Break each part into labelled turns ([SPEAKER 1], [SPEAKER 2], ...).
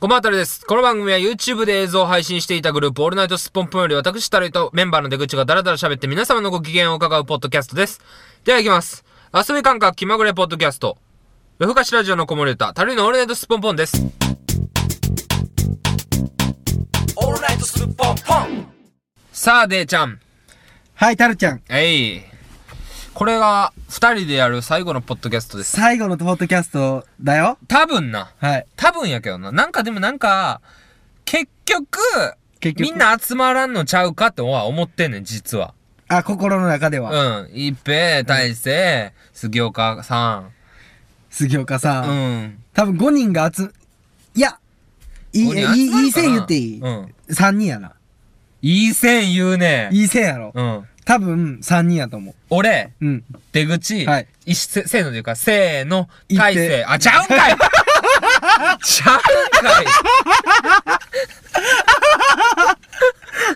[SPEAKER 1] ごまわたるです。この番組は YouTube で映像を配信していたグループ、オールナイトスッポンポンより私、タレとメンバーの出口がダラダラ喋って皆様のご機嫌を伺うポッドキャストです。では行きます。遊び感覚気まぐれポッドキャスト。夜更かしラジオの子守歌、タレのオールナイトスッポンポンです。
[SPEAKER 2] オールナイトスッポンポン
[SPEAKER 1] さあ、デイちゃん。
[SPEAKER 3] はい、タルちゃん。
[SPEAKER 1] えい。これが、二人でやる最後のポッドキャストです。
[SPEAKER 3] 最後のポッドキャストだよ。
[SPEAKER 1] 多分な。
[SPEAKER 3] はい。
[SPEAKER 1] 多分やけどな。なんかでもなんか、結局、
[SPEAKER 3] 結局
[SPEAKER 1] みんな集まらんのちゃうかとは思ってんねん、実は。
[SPEAKER 3] あ、心の中で
[SPEAKER 1] う
[SPEAKER 3] は。
[SPEAKER 1] ん。一平、大勢、杉岡さ
[SPEAKER 3] 杉岡
[SPEAKER 1] ん。
[SPEAKER 3] さん。
[SPEAKER 1] うん。
[SPEAKER 3] 多分5人が集、いや、いい、
[SPEAKER 1] 五人
[SPEAKER 3] え
[SPEAKER 1] 集まるかない
[SPEAKER 3] い、いい線言っていい、
[SPEAKER 1] うん
[SPEAKER 3] ?3 人やな。
[SPEAKER 1] いい線言うね。
[SPEAKER 3] いい線やろ。
[SPEAKER 1] うん。
[SPEAKER 3] 多分3人やと思
[SPEAKER 1] 俺、
[SPEAKER 3] う。うん。
[SPEAKER 1] 出口、
[SPEAKER 3] はい
[SPEAKER 1] 一せ、せーのでいうか、せーの、
[SPEAKER 3] 一平
[SPEAKER 1] 大勢。あ、ちゃうんか いちゃうんかい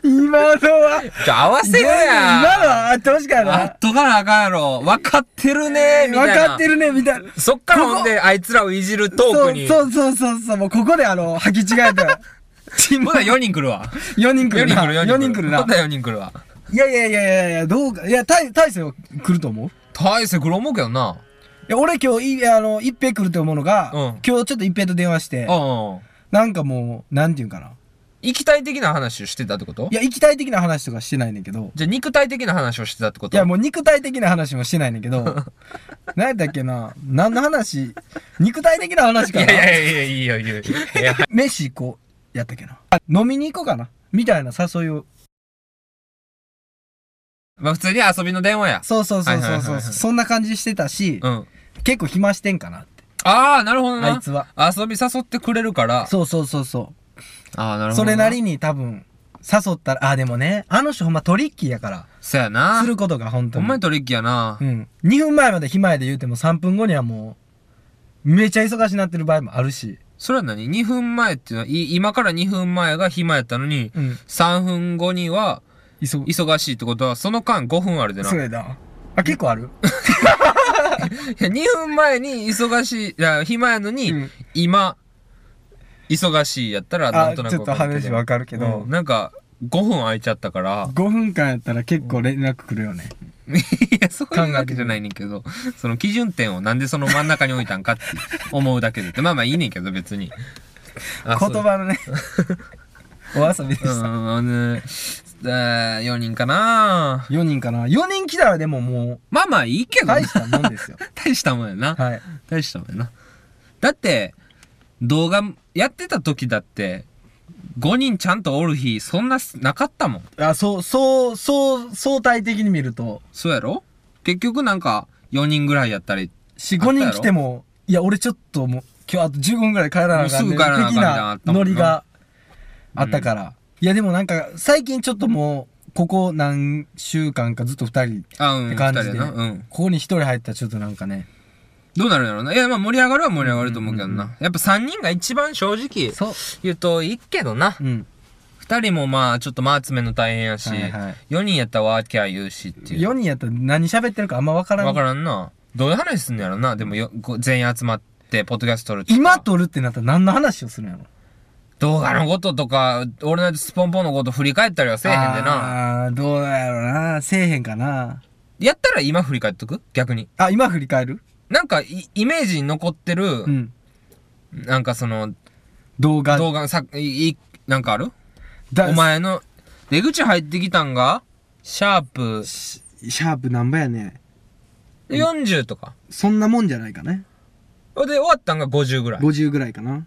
[SPEAKER 3] 今のは、
[SPEAKER 1] じゃあ合わせるやん。
[SPEAKER 3] 今のはあってほしかった
[SPEAKER 1] あ
[SPEAKER 3] な
[SPEAKER 1] っ。とかなあかんやろ。分かってるねみたい
[SPEAKER 3] 分
[SPEAKER 1] な。
[SPEAKER 3] かってるね、みたいな。
[SPEAKER 1] そっからほんで、あいつらをいじるトークに。。
[SPEAKER 3] そううそうそうそうそう、もうここであの、履き違え たら。チーム
[SPEAKER 1] まだ4人来るわ。
[SPEAKER 3] 4人来
[SPEAKER 1] 4
[SPEAKER 3] る
[SPEAKER 1] 人
[SPEAKER 3] な。
[SPEAKER 1] 来る、
[SPEAKER 3] 4人来るな
[SPEAKER 1] ま。だ4人来るわ。
[SPEAKER 3] いやいやいやいやいや、どうか、いや、大、大勢は来ると思う
[SPEAKER 1] 大勢来る思うけどな。
[SPEAKER 3] いや、俺今日、いあの、一平来ると思うのが、
[SPEAKER 1] うん
[SPEAKER 3] 今日ちょっと一平と電話して、
[SPEAKER 1] うん。
[SPEAKER 3] なんかもう、なんていうんかな。
[SPEAKER 1] 行きたい的な話をしてたってこと
[SPEAKER 3] いや、液体的な話とかしてないねんけど、
[SPEAKER 1] じゃあ肉体的な話をしてたってこと
[SPEAKER 3] いや、もう肉体的な話もしてないねん けど、何やったっけな、何の話、肉体的な話
[SPEAKER 1] い
[SPEAKER 3] か
[SPEAKER 1] や
[SPEAKER 3] な。
[SPEAKER 1] いやいやいやいやいやいや。
[SPEAKER 3] 飯行こう、やったっけな。あ飲みに行こうかな。みたいな誘いを。
[SPEAKER 1] まあ普通に遊びの電話や。
[SPEAKER 3] そうそうそうそう
[SPEAKER 1] はいはいはい
[SPEAKER 3] そ
[SPEAKER 1] は
[SPEAKER 3] う。
[SPEAKER 1] い
[SPEAKER 3] そんな感じしてたし、
[SPEAKER 1] うん。
[SPEAKER 3] 結構暇してんかなって、
[SPEAKER 1] ああ、なるほど
[SPEAKER 3] あい
[SPEAKER 1] な。
[SPEAKER 3] つは。
[SPEAKER 1] 遊び誘ってくれるから。
[SPEAKER 3] そうそうそうそ
[SPEAKER 1] ああ、な
[SPEAKER 3] う。
[SPEAKER 1] るほど。
[SPEAKER 3] それな。りに多分、誘ったら、あ、でもね、あの人ほんまトリッキーやから。
[SPEAKER 1] そうやな
[SPEAKER 3] す。ることが本当
[SPEAKER 1] ほ
[SPEAKER 3] に。
[SPEAKER 1] んまにトリッキーやな
[SPEAKER 3] う。ん。2分前まで暇やで言うても3分後にはもう、めちゃ忙しになってる場合もあるし。
[SPEAKER 1] それは何 ?2 分前っていうのは、い今から2分前が暇やったのに、
[SPEAKER 3] うん。
[SPEAKER 1] 3分後には
[SPEAKER 3] 急ぐ。
[SPEAKER 1] 忙しいってことは、その間5分あるでな。
[SPEAKER 3] そうやな。あ、結構ある
[SPEAKER 1] いや2分前に忙しい、いや、暇やのに、
[SPEAKER 3] うん
[SPEAKER 1] 今、忙しいやったら、な
[SPEAKER 3] あ、
[SPEAKER 1] ん
[SPEAKER 3] ち
[SPEAKER 1] と
[SPEAKER 3] ょ
[SPEAKER 1] な
[SPEAKER 3] っ
[SPEAKER 1] く
[SPEAKER 3] と話わかるけど
[SPEAKER 1] うん、なんか、5分空いちゃったから、
[SPEAKER 3] 5分間やったら結構連絡来るよね。
[SPEAKER 1] いや、そういうわけじゃないねんけど、その基準点をなんでその真ん中に置いたんかって思うだけで って、まあまあいいねんけど、別に。
[SPEAKER 3] 言
[SPEAKER 1] あそう
[SPEAKER 3] 葉 のね、お遊びで
[SPEAKER 1] う
[SPEAKER 3] した。
[SPEAKER 1] ん、あのね、4人かな
[SPEAKER 3] 4人かな ?4 人来たらでもも
[SPEAKER 1] まあまあいいけ
[SPEAKER 3] う、
[SPEAKER 1] どな
[SPEAKER 3] 大したもんですよ。
[SPEAKER 1] 大したもんやな。
[SPEAKER 3] はい。
[SPEAKER 1] 大したもんやな。だって、動画やってた時だって、5人ちゃんとおる日、そんななかったもん。
[SPEAKER 3] あ、そう、そう、そう、相対的に見ると、
[SPEAKER 1] そうやろ結局なんか、4人ぐらいやったり、あ
[SPEAKER 3] 4、
[SPEAKER 1] った
[SPEAKER 3] 5
[SPEAKER 1] やろ
[SPEAKER 3] 人来ても、いや、俺ちょっともう、今日あと15分ぐらい帰らなあかん
[SPEAKER 1] もうすぐ帰らなあかんみたいなのあっ
[SPEAKER 3] 的
[SPEAKER 1] たも
[SPEAKER 3] な
[SPEAKER 1] んな
[SPEAKER 3] ノリがあったから。いや、でもなんか、最近ちょっともう、ここ何週間かずっと2人、
[SPEAKER 1] あ、うん、
[SPEAKER 3] って感じで
[SPEAKER 1] 二人やな。うん。
[SPEAKER 3] ここに1人入ったらちょっとなんかね、
[SPEAKER 1] どうなるんやろうな。いや、まあ盛り上がるは盛り上がると思うけどな。
[SPEAKER 3] うんうんう
[SPEAKER 1] やっぱ3人が一番正直
[SPEAKER 3] そう。
[SPEAKER 1] 言うといいけどな。
[SPEAKER 3] うん。
[SPEAKER 1] 2人もまあちょっとマーツめの大変やし、
[SPEAKER 3] はいはい
[SPEAKER 1] 4人やったらワーキャー言うしっていう。
[SPEAKER 3] 4人やったら何喋ってるかあんまわからん。
[SPEAKER 1] わからんな。どういう話すんのやろな。でもよこう全員集まって、ポッドキャスト撮るっていうか
[SPEAKER 3] 今撮るってなったら何の話をするんやろ
[SPEAKER 1] 動画のこととか、俺のスポンポンのこと振り返ったりはせえへんでな。
[SPEAKER 3] な。あー、どうやろうな。せえへんかな。
[SPEAKER 1] やったら今振り返っとく逆に。
[SPEAKER 3] あ、今振り返る
[SPEAKER 1] なんかイ、イメージに残ってる、
[SPEAKER 3] うん。
[SPEAKER 1] なんかその、
[SPEAKER 3] 動画。
[SPEAKER 1] 動画のさ、い、いなんかある
[SPEAKER 3] だ
[SPEAKER 1] お。前の、出口入ってきたんが、シャープ
[SPEAKER 3] シシャープ何番やね。
[SPEAKER 1] 40とか。
[SPEAKER 3] そんなもんじゃないかね。
[SPEAKER 1] で、終わったんが50ぐらい。
[SPEAKER 3] 50ぐらいかな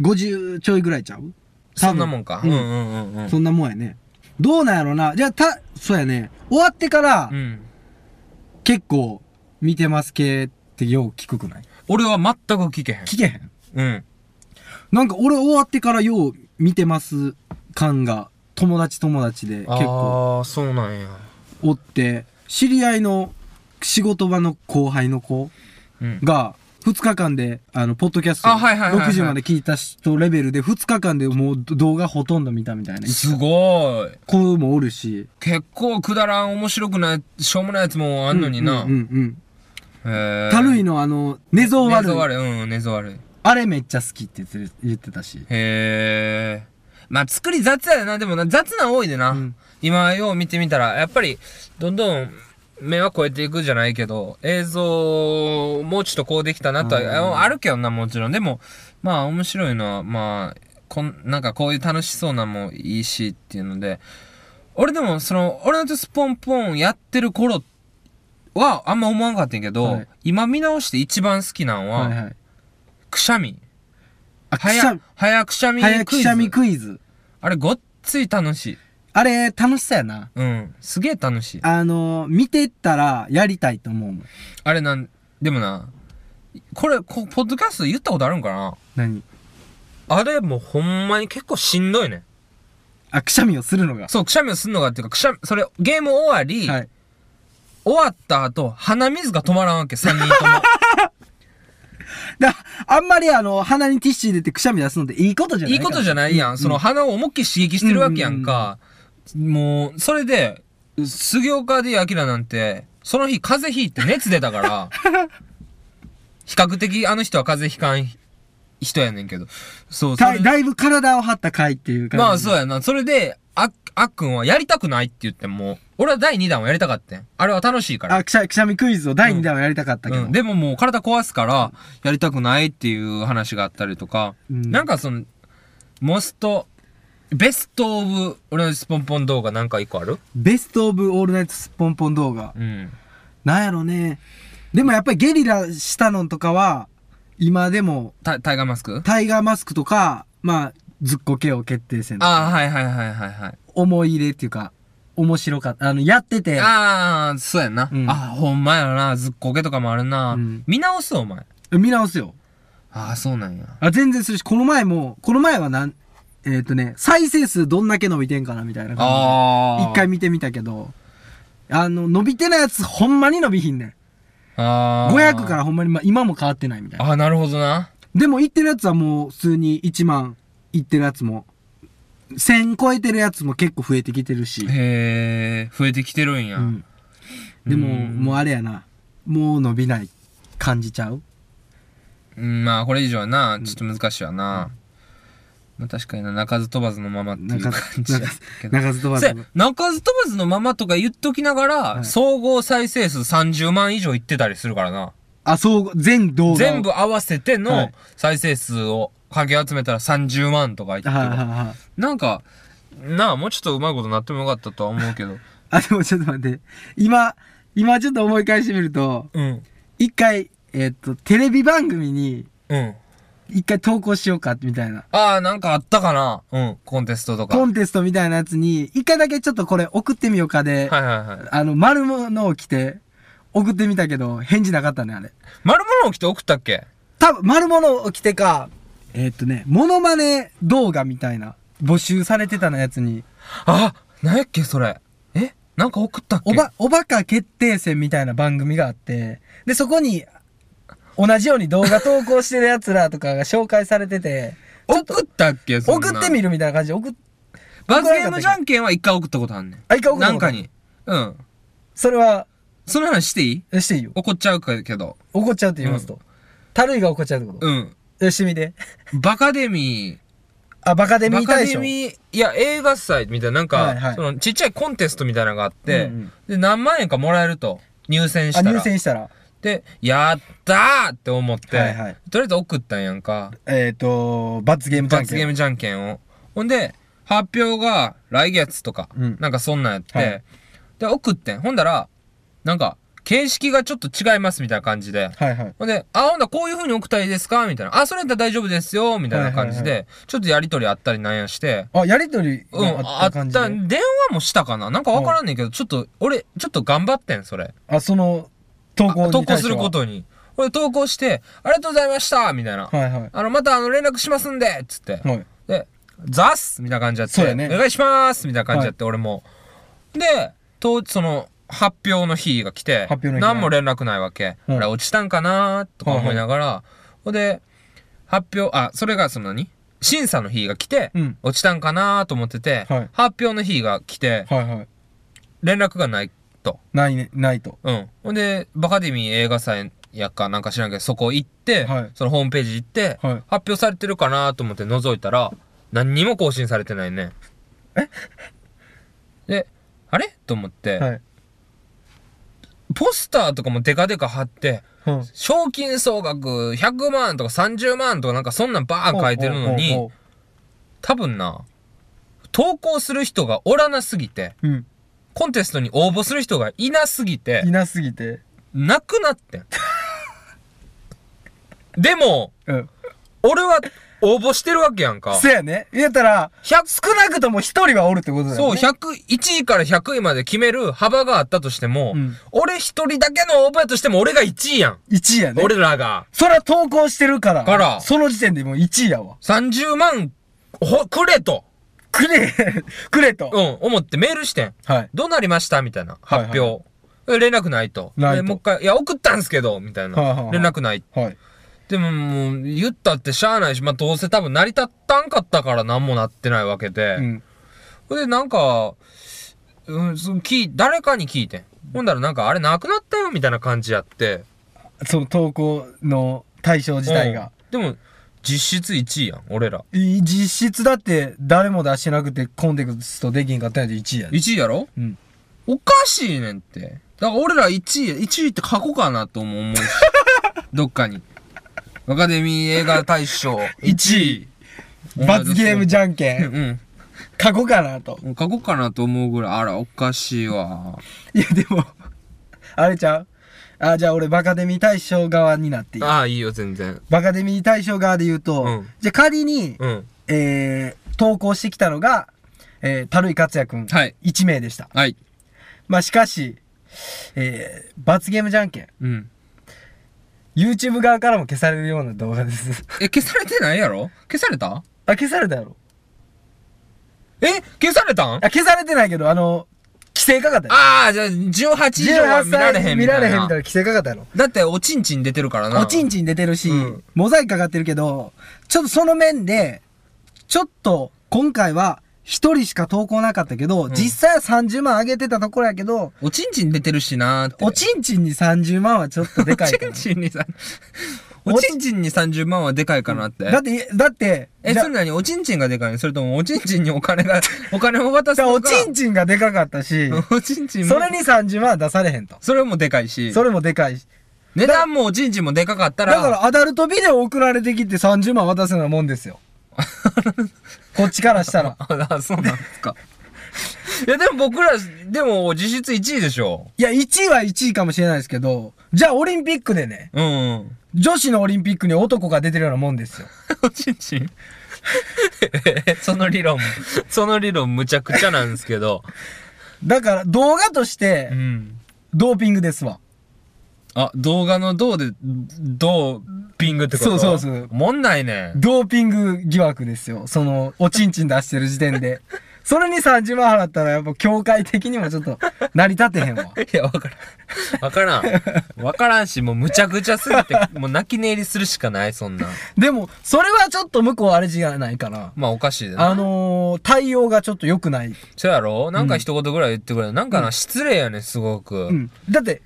[SPEAKER 3] 50ちょいぐらいちゃう
[SPEAKER 1] そんなもんか。
[SPEAKER 3] う
[SPEAKER 1] うんんうんうんうん。
[SPEAKER 3] そんなもんやねどうなんやろなじゃあたそうやね終わってから
[SPEAKER 1] うん。
[SPEAKER 3] 結構見てます系ってよう聞くくない
[SPEAKER 1] 俺は全く聞けへん。
[SPEAKER 3] 聞けへん
[SPEAKER 1] うん。
[SPEAKER 3] なんか俺終わってからよう見てます感が友達友達で結構
[SPEAKER 1] ああ、そうなんや。
[SPEAKER 3] おって知り合いの仕事場の後輩の子
[SPEAKER 1] うん。
[SPEAKER 3] が2日間であのポッドキャスト
[SPEAKER 1] あはいはいはいはい
[SPEAKER 3] 6時まで聞いた人レベルで2日間でもう動画ほとんど見たみたいな
[SPEAKER 1] すごい。
[SPEAKER 3] 子もおるし
[SPEAKER 1] 結構くだらん面白くない、しょうもないやつもあんのにな。
[SPEAKER 3] うんうんうんうん
[SPEAKER 1] へー
[SPEAKER 3] たるいのあの、寝相
[SPEAKER 1] 寝
[SPEAKER 3] 悪い。
[SPEAKER 1] 相悪い。うん、寝相悪い。
[SPEAKER 3] あれめっちゃ好きって言ってる言ってたし。
[SPEAKER 1] へえ。まあ、作り雑やでな。でもな、雑なん多いでな。
[SPEAKER 3] うん
[SPEAKER 1] 今、よう見てみたら、やっぱり、どんどん、目は超えていくじゃないけど、映像、もうちょっとこうできたなと
[SPEAKER 3] うん
[SPEAKER 1] は、ああるけどな、もちろん。でも、まあ、面白いのは、まあ、こん、なんかこういう楽しそうなんもいいしっていうので、俺でも、その、俺のとスポンポンやってる頃は、あんま思わんかったんやけど、
[SPEAKER 3] はい
[SPEAKER 1] 今見直して一番好きなんは、
[SPEAKER 3] はいはい。
[SPEAKER 1] くしゃみ。
[SPEAKER 3] あ、く
[SPEAKER 1] は
[SPEAKER 3] しゃ
[SPEAKER 1] や、はやくしゃみクイズ。
[SPEAKER 3] 早くしゃみクイズ。
[SPEAKER 1] あれ、ごっつい楽しい。
[SPEAKER 3] あれ、楽しそうやな。
[SPEAKER 1] うん。すげえ楽しい。あ
[SPEAKER 3] あの、見てたらやりたいと思うもん。
[SPEAKER 1] れなん、でもな、これ、こポッドキャストで言ったことあるんかな
[SPEAKER 3] 何
[SPEAKER 1] あれもうほんまに結構しんどいね。
[SPEAKER 3] あ、くしゃみをするのが。
[SPEAKER 1] そう、くしゃみをするのがっていうか、くしゃみ、それ、ゲーム終わり、
[SPEAKER 3] はい。
[SPEAKER 1] 終わった後、鼻水が止まらんわけ、3人とも。
[SPEAKER 3] だ、あんまりあの、鼻にティッシュ入れてくしゃみ出すのっていいことじゃない
[SPEAKER 1] いいことじゃ
[SPEAKER 3] ない。
[SPEAKER 1] ないやん。その鼻を思いっきり刺激してるわけやんか。もう、それで、杉岡で明なんて、その日風邪ひいて熱出たから、比較的あの人は風邪ひかん人やねんけど。そう、そ
[SPEAKER 3] だ
[SPEAKER 1] れ
[SPEAKER 3] いだいぶ体を張った回っていう感じ。
[SPEAKER 1] まあそう
[SPEAKER 3] や。
[SPEAKER 1] やな。それで、あ、あっくんはやりたくないって言っても、俺は第2弾はやりたかったん。あれは楽しいから。
[SPEAKER 3] あ、くしゃ、くしゃみクイズを第2弾はやりたかったけど。
[SPEAKER 1] うん、でももう体壊すから、やりたくないっていう話があったりとか、
[SPEAKER 3] うん
[SPEAKER 1] なんかその、モスト、ベストオブ、俺のスポンポン動画なんか一個ある
[SPEAKER 3] ベストオブオールナイトスッポンポン動画。
[SPEAKER 1] うん。
[SPEAKER 3] なんやろね。でもやっぱりゲリラしたのとかは、今でも、
[SPEAKER 1] タタイガーマスク
[SPEAKER 3] タイガーマスクとか、まあ、ずっこけを決定戦。
[SPEAKER 1] ああ、はいはいはいはいはい。
[SPEAKER 3] 思い入れっていうか、面白かった。あの、やってて、
[SPEAKER 1] ああ、そうやな。
[SPEAKER 3] うん
[SPEAKER 1] ああ、ほんまやな。ずっこけとかもあるな。
[SPEAKER 3] うん
[SPEAKER 1] 見直すお前。
[SPEAKER 3] 見直すよ。
[SPEAKER 1] ああ、そうなんや。
[SPEAKER 3] あ、全然するし、この前も、この前はなん、えっ、とね、再生数どんだけ伸びてんかなみたいな感
[SPEAKER 1] あ
[SPEAKER 3] じ
[SPEAKER 1] あ。
[SPEAKER 3] で。一回見てみたけど、あの、伸びてないやつほんまに伸びひんねん。
[SPEAKER 1] ああ。
[SPEAKER 3] 500からほんまに、まあ、今も変わってないみたいな。
[SPEAKER 1] ああ、なるほどな。
[SPEAKER 3] でも、いってるやつはもう、普通に1万いってるやつも、1000超えてるやつも結構増えてきてるし。
[SPEAKER 1] へえ、増えてきてるんや。
[SPEAKER 3] うん。でも、
[SPEAKER 1] うん
[SPEAKER 3] もうあれやな。もう伸びない感じちゃう
[SPEAKER 1] うん、まあこれ以上はな、ちょっと難しいわな。まあ確かにな、鳴かず飛ばずのままっていう
[SPEAKER 3] 中
[SPEAKER 1] 感じや
[SPEAKER 3] 中
[SPEAKER 1] けど。
[SPEAKER 3] 中津飛ば
[SPEAKER 1] せ
[SPEAKER 3] ず
[SPEAKER 1] や。鳴かず飛ばずのままとか言っときながら、
[SPEAKER 3] はい
[SPEAKER 1] 総合再生数30万以上いってたりするからな。
[SPEAKER 3] あ、そう、全動画を。
[SPEAKER 1] 全部合わせて
[SPEAKER 3] は
[SPEAKER 1] の
[SPEAKER 3] い
[SPEAKER 1] 再生数をかき集めたら30万とかいってる
[SPEAKER 3] はいはいはい。
[SPEAKER 1] なんか、なあ、もうちょっとうまいことなってもよかったとは思うけど。
[SPEAKER 3] あ、でもちょっと待って。今、今ちょっと思い返してみると、
[SPEAKER 1] うん。
[SPEAKER 3] 一回、えっと、テレビ番組に、
[SPEAKER 1] うん。
[SPEAKER 3] 一回投稿しようか、みたいな。
[SPEAKER 1] ああ、なんかあったかな。うん。コンテストとか。
[SPEAKER 3] コ
[SPEAKER 1] はい
[SPEAKER 3] ンテストみたいなやつに、一回だけちょっとこれ送ってみようかで、
[SPEAKER 1] はいはい。
[SPEAKER 3] あの、丸物を着て、送ってみたけど、返事なかったね、あれ。
[SPEAKER 1] 丸物を着て送ったっけ
[SPEAKER 3] 多分、丸物を着てか、えっとね、モノマネ動画みたいな、募集されてたのやつに、
[SPEAKER 1] あなんやっけそれ。えなんか送ったっけ
[SPEAKER 3] おば、おバカ決定戦みたいな番組があって、で、そこに、同じように動画投稿してる奴らとかが紹介されてて、ちょっと
[SPEAKER 1] 送ったっけ そんな
[SPEAKER 3] 送ってみるみたいな感じで送っ、
[SPEAKER 1] 罰ゲームじゃんけんは一回送ったことあんねん。
[SPEAKER 3] あ一回送ったことあ
[SPEAKER 1] な
[SPEAKER 3] る
[SPEAKER 1] んかに。うん。
[SPEAKER 3] それは、
[SPEAKER 1] その話していい
[SPEAKER 3] えしていいよ。
[SPEAKER 1] 怒っちゃうけど。
[SPEAKER 3] 怒っちゃうって言いますと。たるいが怒っちゃうってこと。
[SPEAKER 1] うん。
[SPEAKER 3] よしてみて。
[SPEAKER 1] バカデミ
[SPEAKER 3] あ、バカデ
[SPEAKER 1] ー。
[SPEAKER 3] ミ
[SPEAKER 1] バ
[SPEAKER 3] ー
[SPEAKER 1] カ
[SPEAKER 3] 大
[SPEAKER 1] デ
[SPEAKER 3] 賞。
[SPEAKER 1] ミー、いや、映画祭みたいな、なんか、
[SPEAKER 3] はいはい
[SPEAKER 1] その、ちっちゃいコンテストみたいなのがあって、
[SPEAKER 3] うんうん
[SPEAKER 1] で、何万円かもらえると。入選し
[SPEAKER 3] あ、
[SPEAKER 1] た
[SPEAKER 3] 入
[SPEAKER 1] ら。
[SPEAKER 3] 選したら。
[SPEAKER 1] で、やったーって思って、
[SPEAKER 3] はいはい
[SPEAKER 1] とりあえず送ったんやんか。
[SPEAKER 3] えっ、と、罰ゲームじゃん
[SPEAKER 1] 罰
[SPEAKER 3] け
[SPEAKER 1] ゲー
[SPEAKER 3] ん。
[SPEAKER 1] ムじゃんけんを。ほんで、発表が来月とか、
[SPEAKER 3] うん
[SPEAKER 1] なんかそんなんやって、
[SPEAKER 3] はい
[SPEAKER 1] で、送ってん。ほんだら、なんか、形式がちょっと違いますみたいな感じで。
[SPEAKER 3] はいはい。
[SPEAKER 1] ほんで、あ、ほんだらこういう風に送ったらいいですかみたいな。あ、それやったら大丈夫ですよみたいな感じで、
[SPEAKER 3] はい
[SPEAKER 1] ちょっとやりとりあったりなんやして、
[SPEAKER 3] あ、やりとり
[SPEAKER 1] うん、
[SPEAKER 3] が
[SPEAKER 1] あ
[SPEAKER 3] あ
[SPEAKER 1] っ
[SPEAKER 3] ったた感じで、
[SPEAKER 1] 電話もしたかななんかわからんねんけど、ちょっと、俺、ちょっと頑張ってん、それ。
[SPEAKER 3] あ、その、投稿に対して
[SPEAKER 1] 投
[SPEAKER 3] は
[SPEAKER 1] 稿するこ。とに。俺投稿して、ありがとうございましたみたいな。
[SPEAKER 3] はいはい。
[SPEAKER 1] あの、またあの、連絡しますんでつって。
[SPEAKER 3] はい。
[SPEAKER 1] で、ザッスみたいな感じやって、
[SPEAKER 3] そうやね
[SPEAKER 1] お願いしますみたいな感じやって、俺も。で、当その、発表の日が来て、
[SPEAKER 3] 発表の日ね
[SPEAKER 1] 何も連絡ないわけ。
[SPEAKER 3] うん
[SPEAKER 1] あれ落ちたんかなとか思いながら、ほんで、発表、あ、それがその何審査の日が来て、
[SPEAKER 3] うん
[SPEAKER 1] 落ちたんかなと思ってて、
[SPEAKER 3] はい
[SPEAKER 1] 発表の日が来て、
[SPEAKER 3] はいはい。
[SPEAKER 1] 連絡がないと。
[SPEAKER 3] ないね、ないと。
[SPEAKER 1] うん。ほんで、バカデミー映画祭やっかなんか知らんけど、そこ行って、
[SPEAKER 3] はい
[SPEAKER 1] そのホームページ行って、
[SPEAKER 3] はい
[SPEAKER 1] 発表されてるかなと思って覗いたら、何にも更新されてないね。えで、あれと思って、
[SPEAKER 3] はい。
[SPEAKER 1] ポスターとかもデカデカ貼って、
[SPEAKER 3] うん
[SPEAKER 1] 賞金総額100万とか30万とかなんかそんなんバーン書いてるの
[SPEAKER 3] ほう
[SPEAKER 1] に
[SPEAKER 3] ほ、
[SPEAKER 1] 多分な、投稿する人がおらなすぎて、
[SPEAKER 3] うほううん。
[SPEAKER 1] コンテストに応募する人がいなすぎて
[SPEAKER 3] い、なすぎて。
[SPEAKER 1] なくなってん。 でも、
[SPEAKER 3] うん。
[SPEAKER 1] 俺は応募してるわけやんか。
[SPEAKER 3] そやね。言えたら、
[SPEAKER 1] 100
[SPEAKER 3] 少なくとも一人はおるってことだよね。
[SPEAKER 1] そう、100、1位から100位まで決める幅があったとしても、
[SPEAKER 3] うん
[SPEAKER 1] 俺一人だけの応募やとしても俺が1位やん。
[SPEAKER 3] 1位やね。
[SPEAKER 1] 俺らが。
[SPEAKER 3] そら投稿してるから。
[SPEAKER 1] から
[SPEAKER 3] その時点でもう1位やわ。
[SPEAKER 1] 30万、ほ、くれと、
[SPEAKER 3] くれ、 くれと。
[SPEAKER 1] うん、思ってメールしてん。
[SPEAKER 3] はい。
[SPEAKER 1] どうなりましたみたいな。
[SPEAKER 3] はいはい
[SPEAKER 1] 発表。え連絡ないと。
[SPEAKER 3] ない
[SPEAKER 1] で
[SPEAKER 3] と
[SPEAKER 1] もう一回、いや、送ったんすけど、みたいな。
[SPEAKER 3] はいはいはい
[SPEAKER 1] 連絡ない。
[SPEAKER 3] はい。
[SPEAKER 1] でももう、言ったってしゃあないし、まあ、どうせ多分成り立ったんかったから何もなってないわけで。
[SPEAKER 3] うん。
[SPEAKER 1] ほんで、なんか、うん、その聞い誰かに聞いてん。ほんだらなんか、あれなくなったよ、みたいな感じやって。
[SPEAKER 3] その投稿の対象自体が。
[SPEAKER 1] うん。でも、実質1位やん、俺ら。
[SPEAKER 3] い実質だって誰も出してなくてコンテクストできんかったんやで1位やで。
[SPEAKER 1] 1位やろ
[SPEAKER 3] うん。
[SPEAKER 1] おかしいねんって。だから俺ら1位、1位って過去かなとも思 うし。どっかに。アカデミー映画大賞1位。
[SPEAKER 3] 罰ゲームじゃんけん。
[SPEAKER 1] ん。
[SPEAKER 3] 過去かなと。
[SPEAKER 1] うん。過去かなと思うぐらい、あら、おかしいわ。
[SPEAKER 3] いやでも、あれちゃうあ、じゃあ俺バカデミー大賞側になっていい
[SPEAKER 1] ああ、いいよ、全然。
[SPEAKER 3] バカデミー大賞側で言うと、
[SPEAKER 1] うん
[SPEAKER 3] じゃあ仮に、
[SPEAKER 1] うん。
[SPEAKER 3] えー、投稿してきたのが、えー、たるいかつやくん。
[SPEAKER 1] はい
[SPEAKER 3] 1名でした。
[SPEAKER 1] はい。
[SPEAKER 3] まあ、しかし、えー、罰ゲームじゃんけん。
[SPEAKER 1] うん。
[SPEAKER 3] YouTube 側からも消されるような動画です。
[SPEAKER 1] え、消されてないやろ消された
[SPEAKER 3] あ、消されたやろ
[SPEAKER 1] え消されたん
[SPEAKER 3] あ、消されてないけど、あの、規制かかったよ。
[SPEAKER 1] ああ、じゃあ、18以上は見られへんみ
[SPEAKER 3] 見
[SPEAKER 1] た
[SPEAKER 3] ら
[SPEAKER 1] い
[SPEAKER 3] れへ
[SPEAKER 1] な
[SPEAKER 3] んみたいな。規制かかったやろ。
[SPEAKER 1] だって、おちんちん出てるからな。
[SPEAKER 3] おちんちん出てるし、
[SPEAKER 1] うん
[SPEAKER 3] モザイクかかってるけど、ちょっとその面で、ちょっと今回は一人しか投稿なかったけど、実際は30万上げてたところやけど、
[SPEAKER 1] おちんちん出てるしなーって。
[SPEAKER 3] おちんちんに30万はちょっとでかいか
[SPEAKER 1] お
[SPEAKER 3] ら。
[SPEAKER 1] ちんちんにさ、おちんちんに30万はでかいかなって。
[SPEAKER 3] だって、だって、
[SPEAKER 1] え、
[SPEAKER 3] じゃ
[SPEAKER 1] それなにおちんちんがでかいのそれともおちんちんにお金 が、お金を渡す
[SPEAKER 3] じゃあ
[SPEAKER 1] の
[SPEAKER 3] お
[SPEAKER 1] か
[SPEAKER 3] ちんちんがでかかったし、
[SPEAKER 1] おちんちんも。
[SPEAKER 3] それに30万は出されへんと。
[SPEAKER 1] それもでかいし。
[SPEAKER 3] それもでかいし。
[SPEAKER 1] 値段もおちんちんもでかかったら。
[SPEAKER 3] だからアダルトビデオ送られてきて30万渡せなもんです よ。こっちからしたら。
[SPEAKER 1] ああ、そうなんですか。 いや、でも僕ら、でも実質1位でしょ。
[SPEAKER 3] いや、1位は1位かもしれないですけど、じゃあオリンピックでね、
[SPEAKER 1] うん。
[SPEAKER 3] 女子のオリンピックに男が出てるようなもんですよ。
[SPEAKER 1] おちんちん その理論、 その理論むちゃくちゃなんですけど。
[SPEAKER 3] だから動画として
[SPEAKER 1] うん。
[SPEAKER 3] ドーピングですわ。
[SPEAKER 1] あ、動画のどうで、どう、ピングってこと
[SPEAKER 3] そうそうそう
[SPEAKER 1] もんないね。
[SPEAKER 3] ドーピング疑惑ですよ。その、おちんちん出してる時点で。それに30万払ったらやっぱ協会的にもちょっと成り立てへんわ。
[SPEAKER 1] いや、わからん。わからん。わからんし、もうむちゃくちゃすぎて、もう泣き寝入りするしかない、そんなん。
[SPEAKER 3] でも、それはちょっと向こうあれじゃないかな。
[SPEAKER 1] まあ、おかしいでな。
[SPEAKER 3] あのー、対応がちょっと良くない。
[SPEAKER 1] そうやろなんか一言ぐらい言ってくれ。なんかな、失礼やね、すごく。
[SPEAKER 3] うん。だって、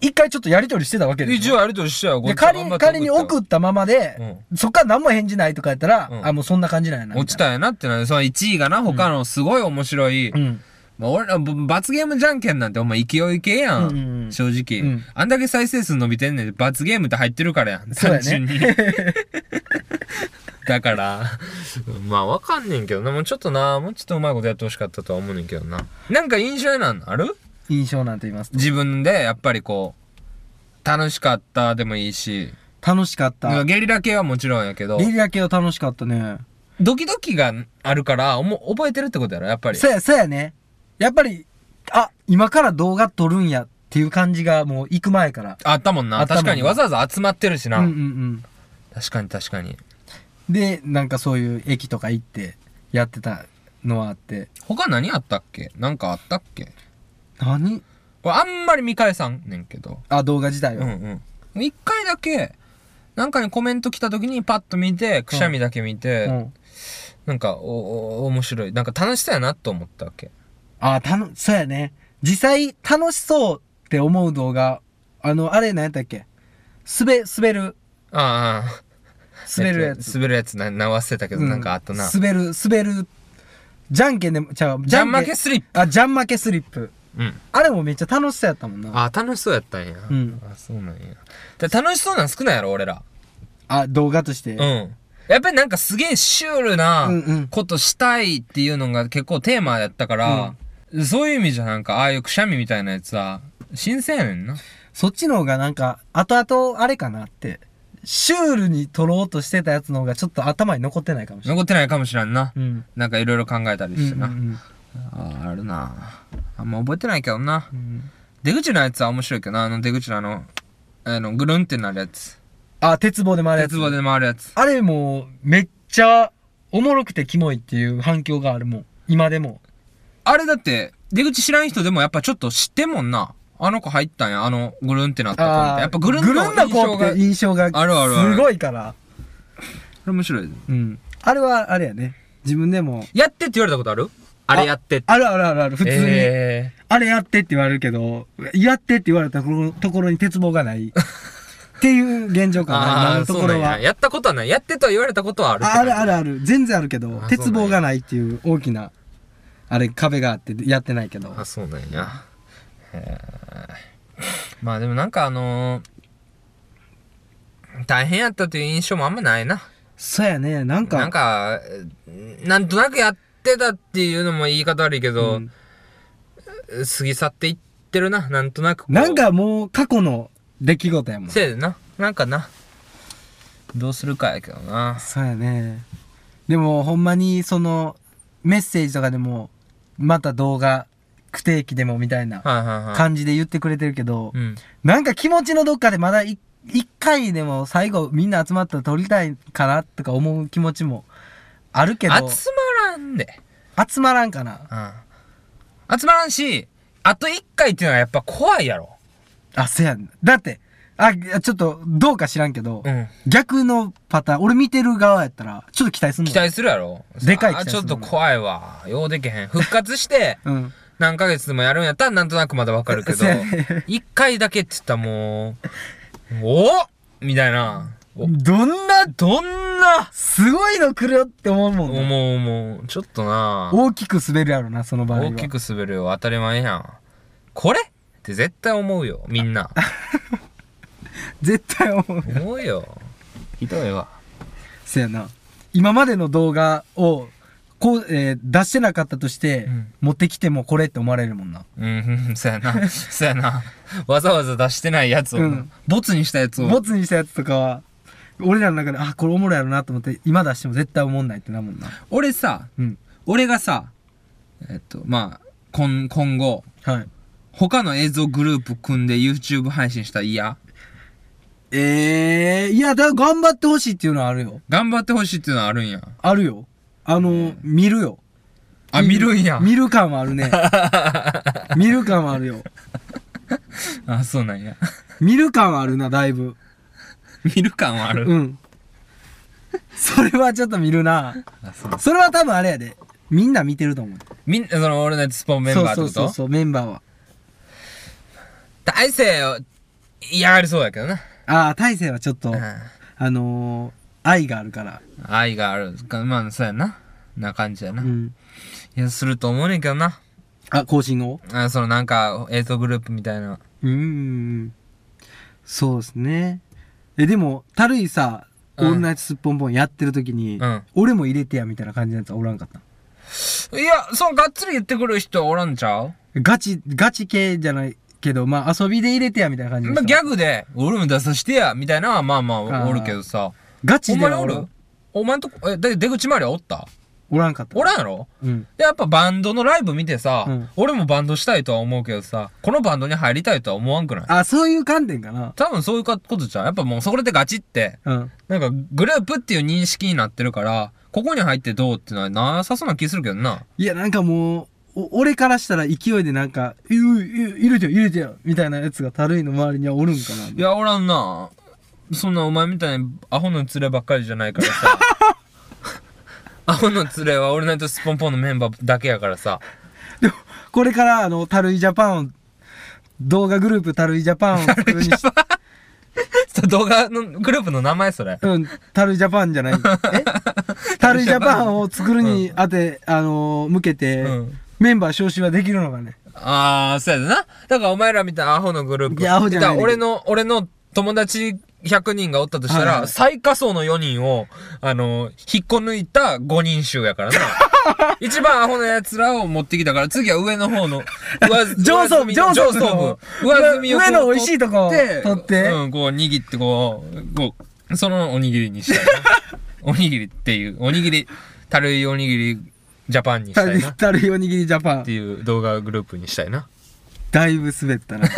[SPEAKER 3] 一回ちょっとやりとりしてたわけでし
[SPEAKER 1] 一
[SPEAKER 3] ょ。
[SPEAKER 1] 応ありとりしてよ、こっ
[SPEAKER 3] で
[SPEAKER 1] ちは
[SPEAKER 3] 仮
[SPEAKER 1] 頑
[SPEAKER 3] に
[SPEAKER 1] 張って
[SPEAKER 3] 仮に送ったままで、そっから何も返事ないとかやったら、
[SPEAKER 1] うん
[SPEAKER 3] あ、もうそんな感じなんやな。
[SPEAKER 1] 落ちたんやなってなる。その1位がな、他のすごい面白い。
[SPEAKER 3] みたいな。うん。
[SPEAKER 1] まあ、俺ら、ぼ罰ゲームじゃんけんなんて、お前勢い系やん。
[SPEAKER 3] うんうんうん
[SPEAKER 1] 正直、
[SPEAKER 3] うん
[SPEAKER 1] あんだけ再生数伸びてんねん。罰ゲームって入ってるからやん。
[SPEAKER 3] そうや
[SPEAKER 1] 単純
[SPEAKER 3] ね
[SPEAKER 1] に。だから、まあわかんねんけどな。もうちょっとな、もうちょっとうまいことやってほしかったとは思うねんけどな。なんか印象になんのある
[SPEAKER 3] 印象なんて言いますと。
[SPEAKER 1] 自分で、やっぱりこう、楽しかったでもいいし。
[SPEAKER 3] 楽しかった。
[SPEAKER 1] ゲリラ系はもちろんやけど
[SPEAKER 3] リ、リア系は楽しかったね。
[SPEAKER 1] ドキドキがあるから、おも覚えてるってことやろ、やっぱり。
[SPEAKER 3] そうや、そうやね。やっぱり、あ、今から動画撮るんやっていう感じがもう行く前から。
[SPEAKER 1] あったもん
[SPEAKER 3] あ
[SPEAKER 1] な。
[SPEAKER 3] ったもん
[SPEAKER 1] 確
[SPEAKER 3] な
[SPEAKER 1] かにわざわざ集まってるしな。
[SPEAKER 3] うんうんうん。
[SPEAKER 1] 確かに確かに。
[SPEAKER 3] で、なんかそういう駅とか行ってやってたのはあって。
[SPEAKER 1] 他何あったっけなんかあったっけ
[SPEAKER 3] 何
[SPEAKER 1] 俺あんまり見返さんねんけど。
[SPEAKER 3] あ、動画自体
[SPEAKER 1] う
[SPEAKER 3] は。
[SPEAKER 1] んうん。一回だけ、なんかにコメント来た時にパッと見て、くしゃみだけ見て、
[SPEAKER 3] うん
[SPEAKER 1] なんか、お、お、面白い。なんか楽しそうやなと思ったわけ。
[SPEAKER 3] あ、たの、そうやね。実際楽しそうって思う動画、あの、あれ何やったっけ滑、滑る、
[SPEAKER 1] ああ。
[SPEAKER 3] 滑るやつ。
[SPEAKER 1] 滑るやつな、なわせたけど、なんかあったな。
[SPEAKER 3] 滑る、滑る。じゃんけんでも、ちゃう、
[SPEAKER 1] ジャン負けスリッ
[SPEAKER 3] プ。あ、じゃん負けスリップ。
[SPEAKER 1] うん。
[SPEAKER 3] あれもめっちゃ楽しそうやったもんな。
[SPEAKER 1] あ、楽しそうやったんや。
[SPEAKER 3] うん
[SPEAKER 1] あ、そうなんや。で楽しそうなん少ないやろ、俺ら。
[SPEAKER 3] あ、動画として。
[SPEAKER 1] うん。やっぱりなんかすげえシュール
[SPEAKER 3] うんう
[SPEAKER 1] なんことしたいっていうのが結構テーマやったから、そういう意味じゃなんか、ああいうくしゃみみたいなやつは、新鮮やねんな。
[SPEAKER 3] そっちの方がなんか、後々あれかなって。シュールに撮ろうとしてたやつの方がちょっと頭に残ってないかもしれない。
[SPEAKER 1] 残ってないかもしらんな。
[SPEAKER 3] うん。
[SPEAKER 1] なんかいろいろ考えたり
[SPEAKER 3] うん
[SPEAKER 1] してな。
[SPEAKER 3] うん
[SPEAKER 1] ああ、あるな。あんま覚えてないけどな
[SPEAKER 3] う。ん
[SPEAKER 1] 出口のやつは面白いけどな、あの出口のあの、あの、ぐるんってなるやつ。
[SPEAKER 3] あ、鉄棒で回るやつ。
[SPEAKER 1] 鉄棒で回るやつ。
[SPEAKER 3] あれもう、めっちゃ、おもろくてキモいっていう反響があるもん。今でも。
[SPEAKER 1] あれだって、出口知らん人でもやっぱちょっと知ってんもんな。あの子入ったんや、あの、ぐるんってなった子って。やっぱぐるん
[SPEAKER 3] ぐ
[SPEAKER 1] の
[SPEAKER 3] るんな
[SPEAKER 1] 印
[SPEAKER 3] 子
[SPEAKER 1] 象
[SPEAKER 3] っ
[SPEAKER 1] が。
[SPEAKER 3] て印象が、
[SPEAKER 1] あるあるある
[SPEAKER 3] すごいから。
[SPEAKER 1] これ面白い。
[SPEAKER 3] うん。あれは、あれやね。自分でも。
[SPEAKER 1] やってって言われたことあるあれやってって。
[SPEAKER 3] あるあるあるある。普通に、
[SPEAKER 1] え
[SPEAKER 3] あれやってって言われるけど、やってって言われたところところに鉄棒 がない。っていう現状
[SPEAKER 1] ー、
[SPEAKER 3] かな、今
[SPEAKER 1] ああ、
[SPEAKER 3] のと
[SPEAKER 1] そ
[SPEAKER 3] こ
[SPEAKER 1] うなん
[SPEAKER 3] ろは
[SPEAKER 1] や。。やったことはない。やってとは言われたことはあるって
[SPEAKER 3] あ
[SPEAKER 1] 感じ。
[SPEAKER 3] るあるある。全然あるけど
[SPEAKER 1] あ、
[SPEAKER 3] 鉄棒がないっていう大きな、あれ、壁があってやってないけど。
[SPEAKER 1] あ、そうなんや。へーまあでもなんかあのー大変やったという印象もあんまないな。
[SPEAKER 3] そうやね、なんか。
[SPEAKER 1] なんか、なんとなくやってたっていうのも言い方悪いけど、
[SPEAKER 3] うん
[SPEAKER 1] 過ぎ去っていってるな、なんとなくこう。
[SPEAKER 3] なんかもう過去の出来事やもん。
[SPEAKER 1] せいでな。なんかな。どうするかやけどな。
[SPEAKER 3] そうやね。でもほんまにその、メッセージとかでも、また動画、不定期でもみたいな
[SPEAKER 1] はいはいはい。
[SPEAKER 3] 感じで言ってくれてるけど、
[SPEAKER 1] うん。
[SPEAKER 3] なんか気持ちのどっかでまだい一回でも最後みんな集まったら撮りたいかなとか思う気持ちもあるけ
[SPEAKER 1] 集
[SPEAKER 3] ど、
[SPEAKER 1] まらんで。
[SPEAKER 3] 集まらんかな。
[SPEAKER 1] うん。集まらんし、あと一回っていうのはやっぱ怖いやろ。
[SPEAKER 3] あ、せやん。だって、あ、いやちょっとどうか知らんけど、
[SPEAKER 1] うん。
[SPEAKER 3] 逆のパターン、俺見てる側やったら、ちょっと期待すんの。
[SPEAKER 1] 期待するやろ
[SPEAKER 3] でかい期
[SPEAKER 1] あ
[SPEAKER 3] 待す
[SPEAKER 1] ち
[SPEAKER 3] る
[SPEAKER 1] ょっと怖いわようでけへん復活して
[SPEAKER 3] うん。
[SPEAKER 1] 何ヶ月でもやるんやったらなんとなくまだわかるけ ど
[SPEAKER 3] せやね
[SPEAKER 1] 一回だけって言ったらもうおみたいなお
[SPEAKER 3] どんな
[SPEAKER 1] どんな
[SPEAKER 3] すごいの来るよって思うもんね、
[SPEAKER 1] 思うもうちょっとな
[SPEAKER 3] 大きく滑るやろなその場合は
[SPEAKER 1] 大きく滑るよ当たり前やんこれって絶対思うよみん な
[SPEAKER 3] 絶対思う
[SPEAKER 1] 思うよひどいわ
[SPEAKER 3] せやな今までの動画をこう、えー出してなかったとして、
[SPEAKER 1] うん
[SPEAKER 3] 持ってきてもこれって思われるもんな
[SPEAKER 1] うん うんそやなそやなわざわざ出してないやつをな、
[SPEAKER 3] うん
[SPEAKER 1] ボツにしたやつを
[SPEAKER 3] ボツにしたやつとかは俺らの中であこれおもろいやろなと思って今出しても絶対思んないってなもんな
[SPEAKER 1] 俺さ
[SPEAKER 3] うん
[SPEAKER 1] 俺がさ、えっと、まあ、今、今後、
[SPEAKER 3] はい
[SPEAKER 1] 他の映像グループ組んで YouTube 配信したら嫌
[SPEAKER 3] ええいやだ頑張ってほしいっていうのはあるよ
[SPEAKER 1] 頑張ってほしいっていうのはあるんや。
[SPEAKER 3] あるよあの、見るよ
[SPEAKER 1] あ、見るんや。
[SPEAKER 3] 見る感はあ るね見る感はあるよ
[SPEAKER 1] あ、そうなんや。
[SPEAKER 3] 見る感はあるなだいぶ
[SPEAKER 1] 見る感はある。
[SPEAKER 3] うん。それはちょっと見るな。
[SPEAKER 1] あそう
[SPEAKER 3] それは多分あれやで。みんな見てると思う。
[SPEAKER 1] みんな、その、俺のやつスポンメンバーってこと
[SPEAKER 3] そうそうそうそう、メンバーは。
[SPEAKER 1] 大勢を嫌がりそうやけどな。
[SPEAKER 3] ああ、大勢はちょっと、
[SPEAKER 1] うん
[SPEAKER 3] あのー、愛があるから。
[SPEAKER 1] 愛がある。かまあ、そうやな。な感じやな。
[SPEAKER 3] う
[SPEAKER 1] い
[SPEAKER 3] ん。
[SPEAKER 1] や、すると思うねんけどな。
[SPEAKER 3] あ、更新を
[SPEAKER 1] あその、なんか、映像グループみたいな。
[SPEAKER 3] うーん。そうですね。え、でも、たるいさ、オ
[SPEAKER 1] うん
[SPEAKER 3] ールナイトスッポンポンやってる時に、
[SPEAKER 1] うん
[SPEAKER 3] 俺も入れてやみたいな感じのやつはおらんかった。
[SPEAKER 1] いや、その、がっつり言ってくる人おらんちゃう
[SPEAKER 3] ガチ、ガチ系じゃないけど、まあ遊びで入れてやみたいな感じの
[SPEAKER 1] ま
[SPEAKER 3] 人
[SPEAKER 1] あ、ギャグで、俺も出させてや、みたいなのは、まあま
[SPEAKER 3] あ
[SPEAKER 1] あ、
[SPEAKER 3] ー
[SPEAKER 1] おるけどさ。
[SPEAKER 3] ガ
[SPEAKER 1] お
[SPEAKER 3] チで
[SPEAKER 1] 前
[SPEAKER 3] は
[SPEAKER 1] お
[SPEAKER 3] おら
[SPEAKER 1] る
[SPEAKER 3] ん
[SPEAKER 1] お前んとこ、え、だ出口周りはおった
[SPEAKER 3] おらんかった。
[SPEAKER 1] おらんやろ
[SPEAKER 3] うん。
[SPEAKER 1] でやっぱバンドのライブ見てさ、
[SPEAKER 3] うん
[SPEAKER 1] 俺もバンドしたいとは思うけどさ、このバンドに入りたいとは思わんくない
[SPEAKER 3] あ、そういう観点かな。
[SPEAKER 1] 多分そういうことじゃん。やっぱもうそこでガチって、
[SPEAKER 3] うん。
[SPEAKER 1] なんかグループっていう認識になってるから、ここに入ってどうってのはなさそうな気するけどな。
[SPEAKER 3] いや、なんかもう、お俺からしたら勢いでなんか、いる、い入れてよ、入れてよ、みたいなやつがたるいの周りにはおるんか
[SPEAKER 1] い
[SPEAKER 3] な。
[SPEAKER 1] や、おらんな。そんなお前みたいにアホの連ればっかりじゃないからさ。アホの連れは俺なんとスポンポンのメンバーだけやからさ。
[SPEAKER 3] でも、これから、あの、たるいジャパンを、動画グループたるいジャパンを作るにし、
[SPEAKER 1] 動画のグループの名前それ。
[SPEAKER 3] うん、タルジャパンじ ゃない。えタルジャパンを作るにあて、あのー向けて、
[SPEAKER 1] うん
[SPEAKER 3] メンバー招集はできるのかね。
[SPEAKER 1] あー、そうやでな。だからお前らみたいなアホのグループ。
[SPEAKER 3] いやアホじゃな
[SPEAKER 1] だ
[SPEAKER 3] い
[SPEAKER 1] から俺の、俺の友達100人がおったとしたら、
[SPEAKER 3] はいはい
[SPEAKER 1] 最下層の4人を、あの、引っこ抜いた5人衆や からな。一番アホな奴らを持ってきたから、次は上の方 の、上ず
[SPEAKER 3] 上層部、
[SPEAKER 1] 上
[SPEAKER 3] 上層
[SPEAKER 1] 上
[SPEAKER 3] 部
[SPEAKER 1] 層
[SPEAKER 3] の
[SPEAKER 1] 部。上積みをこう
[SPEAKER 3] 上の美味しいとこ取って
[SPEAKER 1] うん、こう握ってこう、こう、そのおにぎりにしたい な。おにぎりっていう、おにぎり、たるいおにぎりジャパンにし
[SPEAKER 3] タ
[SPEAKER 1] たい
[SPEAKER 3] ル
[SPEAKER 1] な。っ
[SPEAKER 3] タルおにぎりジャパン
[SPEAKER 1] て。いう動画グループにしたいな。
[SPEAKER 3] だいぶ滑っ たな。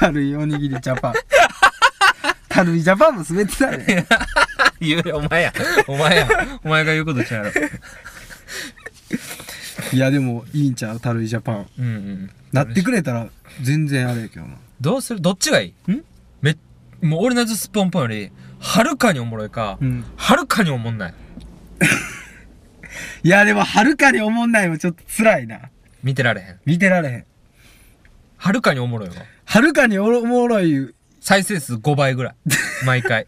[SPEAKER 3] タルイおにぎりジャパン。タルイジャパンも滑ってたね。
[SPEAKER 1] 言うよ、お前や。お前や。お前が言うことちゃうやろ。
[SPEAKER 3] いやでもいいんちゃうタルイジャパン。
[SPEAKER 1] うんうん。
[SPEAKER 3] なってくれたら全然あれやけどな。
[SPEAKER 1] どうするどっちがいいんめ、もう俺のやつスポンポンより、はるかにおもろいか、
[SPEAKER 3] うん
[SPEAKER 1] はるかにおもんない。
[SPEAKER 3] いやでもはるかに思んないもちょっと辛いな。
[SPEAKER 1] 見てられへん。
[SPEAKER 3] 見てられへん。
[SPEAKER 1] はるかにおもろいわ。
[SPEAKER 3] はるかにおもろい
[SPEAKER 1] 再生数5倍ぐ らい。毎回。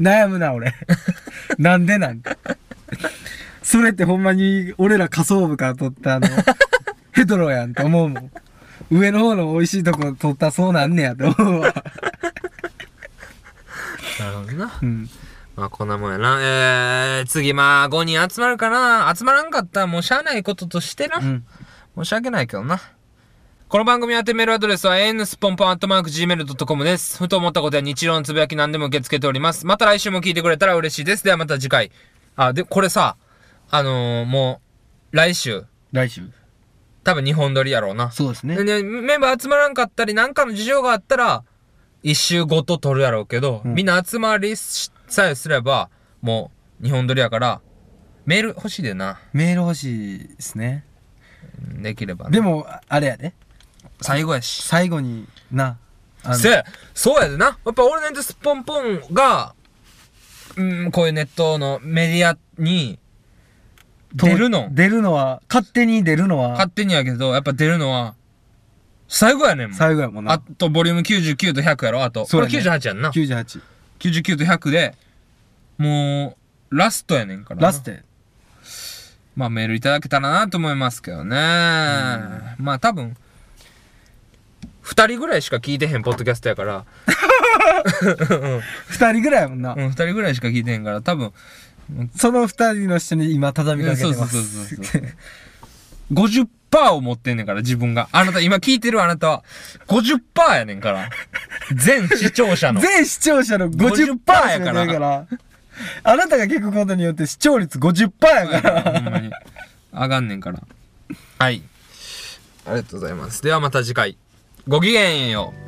[SPEAKER 3] 悩むな俺 なんでなんかそれってほんまに俺ら仮想部から取った あのヘトロやんと思うもん上の方の美味しいとこ取ったらそうなんねやと思うわ、
[SPEAKER 1] なるほどな。
[SPEAKER 3] うん、
[SPEAKER 1] まあこんなもんやな。えー、次まあ5人集まるかな。集まらんかったらもうしゃあないこととしてな。
[SPEAKER 3] うん
[SPEAKER 1] 申し訳ないけどな。この番組宛てメールアドレスは a n s p o n p o n g m a i l c o m です。ふと思ったことや日常のつぶやき何でも受け付けております。また来週も聞いてくれたら嬉しいです。ではまた次回。あ、で、これさ、あのーもう、来週、
[SPEAKER 3] 来週
[SPEAKER 1] 多分日本撮りやろうな。
[SPEAKER 3] そうですね
[SPEAKER 1] でメンバー集まらんかったり、何かの事情があったら、一周ごと撮るやろうけど、
[SPEAKER 3] ん
[SPEAKER 1] みんな集まりしさえすれば、もう、日本撮りやから、メール欲しいでな。
[SPEAKER 3] メール欲しいですね
[SPEAKER 1] うんできれば、ね。
[SPEAKER 3] でもあれやで
[SPEAKER 1] 最後やし。
[SPEAKER 3] 最後になあの
[SPEAKER 1] せそうやでな。やっぱオールナイトスッポンポンが、うん、こういうネットのメディアに
[SPEAKER 3] と
[SPEAKER 1] 出るの。
[SPEAKER 3] 出るのは勝手に出るのは
[SPEAKER 1] 勝手にやけど、やっぱ出るのは、最後やねんもん。
[SPEAKER 3] 最後やもん
[SPEAKER 1] あ
[SPEAKER 3] な
[SPEAKER 1] と、ボリューム99と100やろ、あと。
[SPEAKER 3] そう
[SPEAKER 1] こ
[SPEAKER 3] や
[SPEAKER 1] れ
[SPEAKER 3] ね
[SPEAKER 1] 98やんな。
[SPEAKER 3] 98
[SPEAKER 1] 99と100で、もう、ラストやねんからな。
[SPEAKER 3] ラストや
[SPEAKER 1] まあメールいただけたらなと思いますけどね。まあ多分、二人ぐらいしか聞いてへんポッドキャストやから、
[SPEAKER 3] 2人ぐらいやもんな、
[SPEAKER 1] うん、二人ぐらいしか聞いてへんから、多分、
[SPEAKER 3] その2人の人に今畳みかけてます
[SPEAKER 1] そうそうそうそう50%を持ってんねんから、自分が。あなた、今聞いてるあなたは、50%やねんから。全視聴者の。
[SPEAKER 3] 全視聴者の50%しか出ないから
[SPEAKER 1] やか
[SPEAKER 3] あなたが聞くことによって視聴率50%やから
[SPEAKER 1] ほんまに。上がんねんから。はい。ありがとうございます。ではまた次回。ごきげんよう。